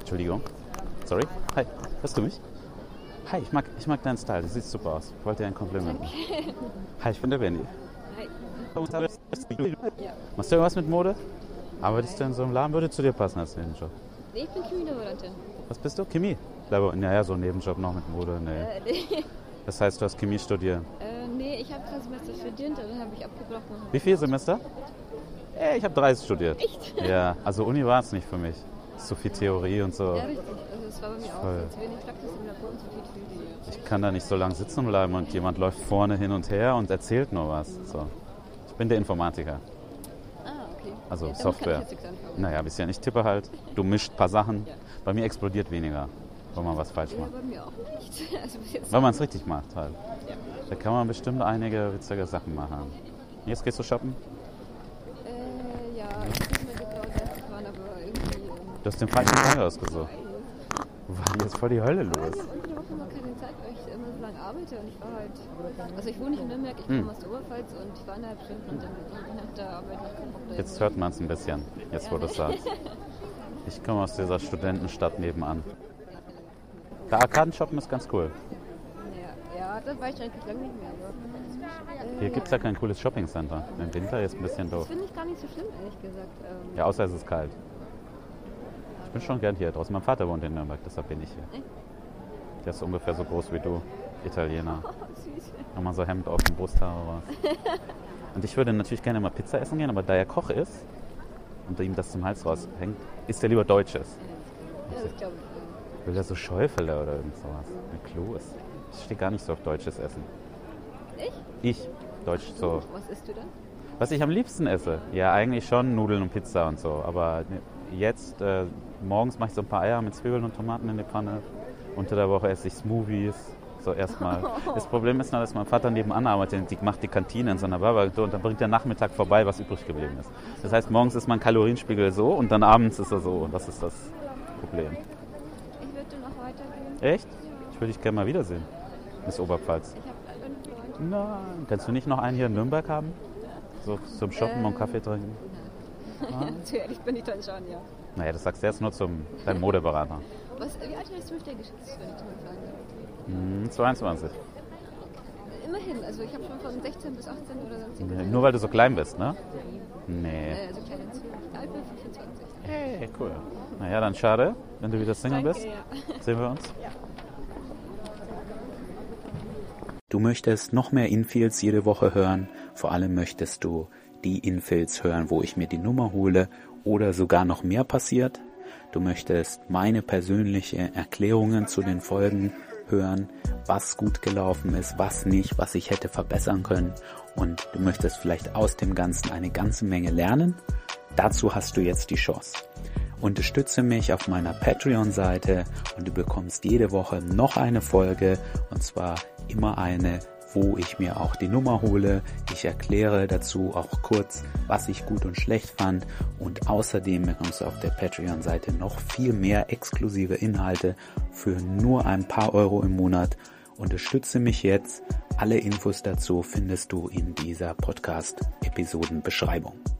Entschuldigung. Sorry. Hi, hörst du mich? Hi, ich mag, ich mag deinen Style, du siehst super aus. Ich wollte dir ein Kompliment machen. Hi, ich bin der Benny. Hi. Machst du irgendwas mit Mode? Arbeitest du in so einem Laden? Würde zu dir passen als Nebenjob. Nee, ich bin Chemielaborantin. Was bist du? Chemie? Labor naja, so ein Nebenjob noch mit Mode, nee. Äh, nee. Das heißt, du hast Chemie studiert. Äh, nee, ich habe drei Semester studiert und dann habe ich abgebrochen. Wie viele Semester? Äh, ich habe drei studiert. Echt? Ja, also Uni war es nicht für mich. Ist So viel Theorie und so. Ja, richtig. Also es war bei mir Voll. auch so zu wenig Praxis im Labor und zu viel Studie. Ich kann da nicht so lange sitzen bleiben und jemand läuft vorne hin und her und erzählt nur was. So. Ich bin der Informatiker. Ah, okay. Also ja, damit Software. Kann ich jetzt nichts anfangen. Naja, bisher nicht tippe halt. Du mischt ein paar Sachen. Ja. Bei mir explodiert weniger, wenn man was falsch Ja, macht. bei mir auch nicht. Also bis jetzt. Wenn man es richtig macht halt. Ja. Da kann man bestimmt einige witzige Sachen machen. Jetzt gehst du shoppen? Äh, ja, ich weiß nicht mehr genau, was das waren, aber irgendwie. Ähm, Du hast den falschen Teil ausgesucht. War jetzt voll die Hölle aber Also, ich los. habe unter der Woche mal keine Zeit, weil ich immer so lange arbeite und ich war halt. Also ich wohne nicht in Nürnberg, ich komme aus der Oberpfalz und ich war eineinhalb Stunden und dann nach der Arbeit noch keinen Bock da Jetzt hört man es ein bisschen, jetzt wo du es sagst. Ich komme aus dieser Studentenstadt nebenan. Da Arkadenshoppen ist ganz cool. Ja, ja, das war ich eigentlich lange nicht mehr. Aber, äh, Hier gibt es ja kein cooles Shoppingcenter. Im Winter ist ein bisschen Das doof. finde ich gar nicht so schlimm, ehrlich gesagt. Ähm, Ja, außer es ist kalt. Ich bin schon gern hier draußen. Mein Vater wohnt in Nürnberg, deshalb bin ich hier. Der ist ungefähr so groß wie du. Italiener. Oh, Süß. Nochmal so Hemd auf dem Brusthaare raus. Und ich würde natürlich gerne mal Pizza essen gehen, aber da er Koch ist und ihm das zum Hals raushängt, ist er lieber Deutsches. Ja, das glaube ich. Will er so Schäufele oder irgend sowas? Mit Kloß. Ich stehe gar nicht so auf deutsches Essen. äh. Ich? Ich, Deutsch so. Was isst du dann? Was ich am liebsten esse? Ja, eigentlich schon Nudeln und Pizza und so. Aber jetzt, äh, morgens mache ich so ein paar Eier mit Zwiebeln und Tomaten in die Pfanne. Unter der Woche esse ich Smoothies. So erstmal. Das Problem ist nur, dass mein Vater nebenan arbeitet. und Die macht die Kantine in seiner Barbagentur und dann bringt der Nachmittag vorbei, was übrig geblieben ist. Das heißt, morgens ist mein Kalorienspiegel so und dann abends ist er so. Und das ist das Problem. Ich würde noch weitergehen. Echt? Ich würde dich gerne mal wiedersehen. Miss Oberpfalz. Ich habe leider einen Freund. Nein. Kannst du nicht noch einen hier in Nürnberg haben? So zum Shoppen und Ähm. Kaffee trinken? Zu ehrlich bin ich dann schon, ja. Naja, das sagst du jetzt nur zum deinem Modeberater. Was, wie alt bist du mit der Geschichte, wenn ich mal fragen darf? Hm, 22. Immerhin, also ich habe schon von 16 bis 18 oder sonst Nee, Nur weil du so klein bist, ne? Nee. Äh, so kleine Züge. Ich bin alt bin 25. Hey, cool. Naja, dann schade, wenn du wieder Single Danke, bist. ja. Sehen wir uns? Du möchtest noch mehr Infills jede Woche hören. Vor allem möchtest du die Infills hören, wo ich mir die Nummer hole oder sogar noch mehr passiert. Du möchtest meine persönliche Erklärungen zu den Folgen hören, was gut gelaufen ist, was nicht, was ich hätte verbessern können. Und du möchtest vielleicht aus dem Ganzen eine ganze Menge lernen. Dazu hast du jetzt die Chance. Unterstütze mich auf meiner Patreon-Seite und du bekommst jede Woche noch eine Folge und zwar immer eine, wo ich mir auch die Nummer hole. Ich erkläre dazu auch kurz, was ich gut und schlecht fand und außerdem bekommst du auf der Patreon-Seite noch viel mehr exklusive Inhalte für nur ein paar Euro im Monat. Unterstütze mich jetzt. Alle Infos dazu findest du in dieser Podcast-Episodenbeschreibung.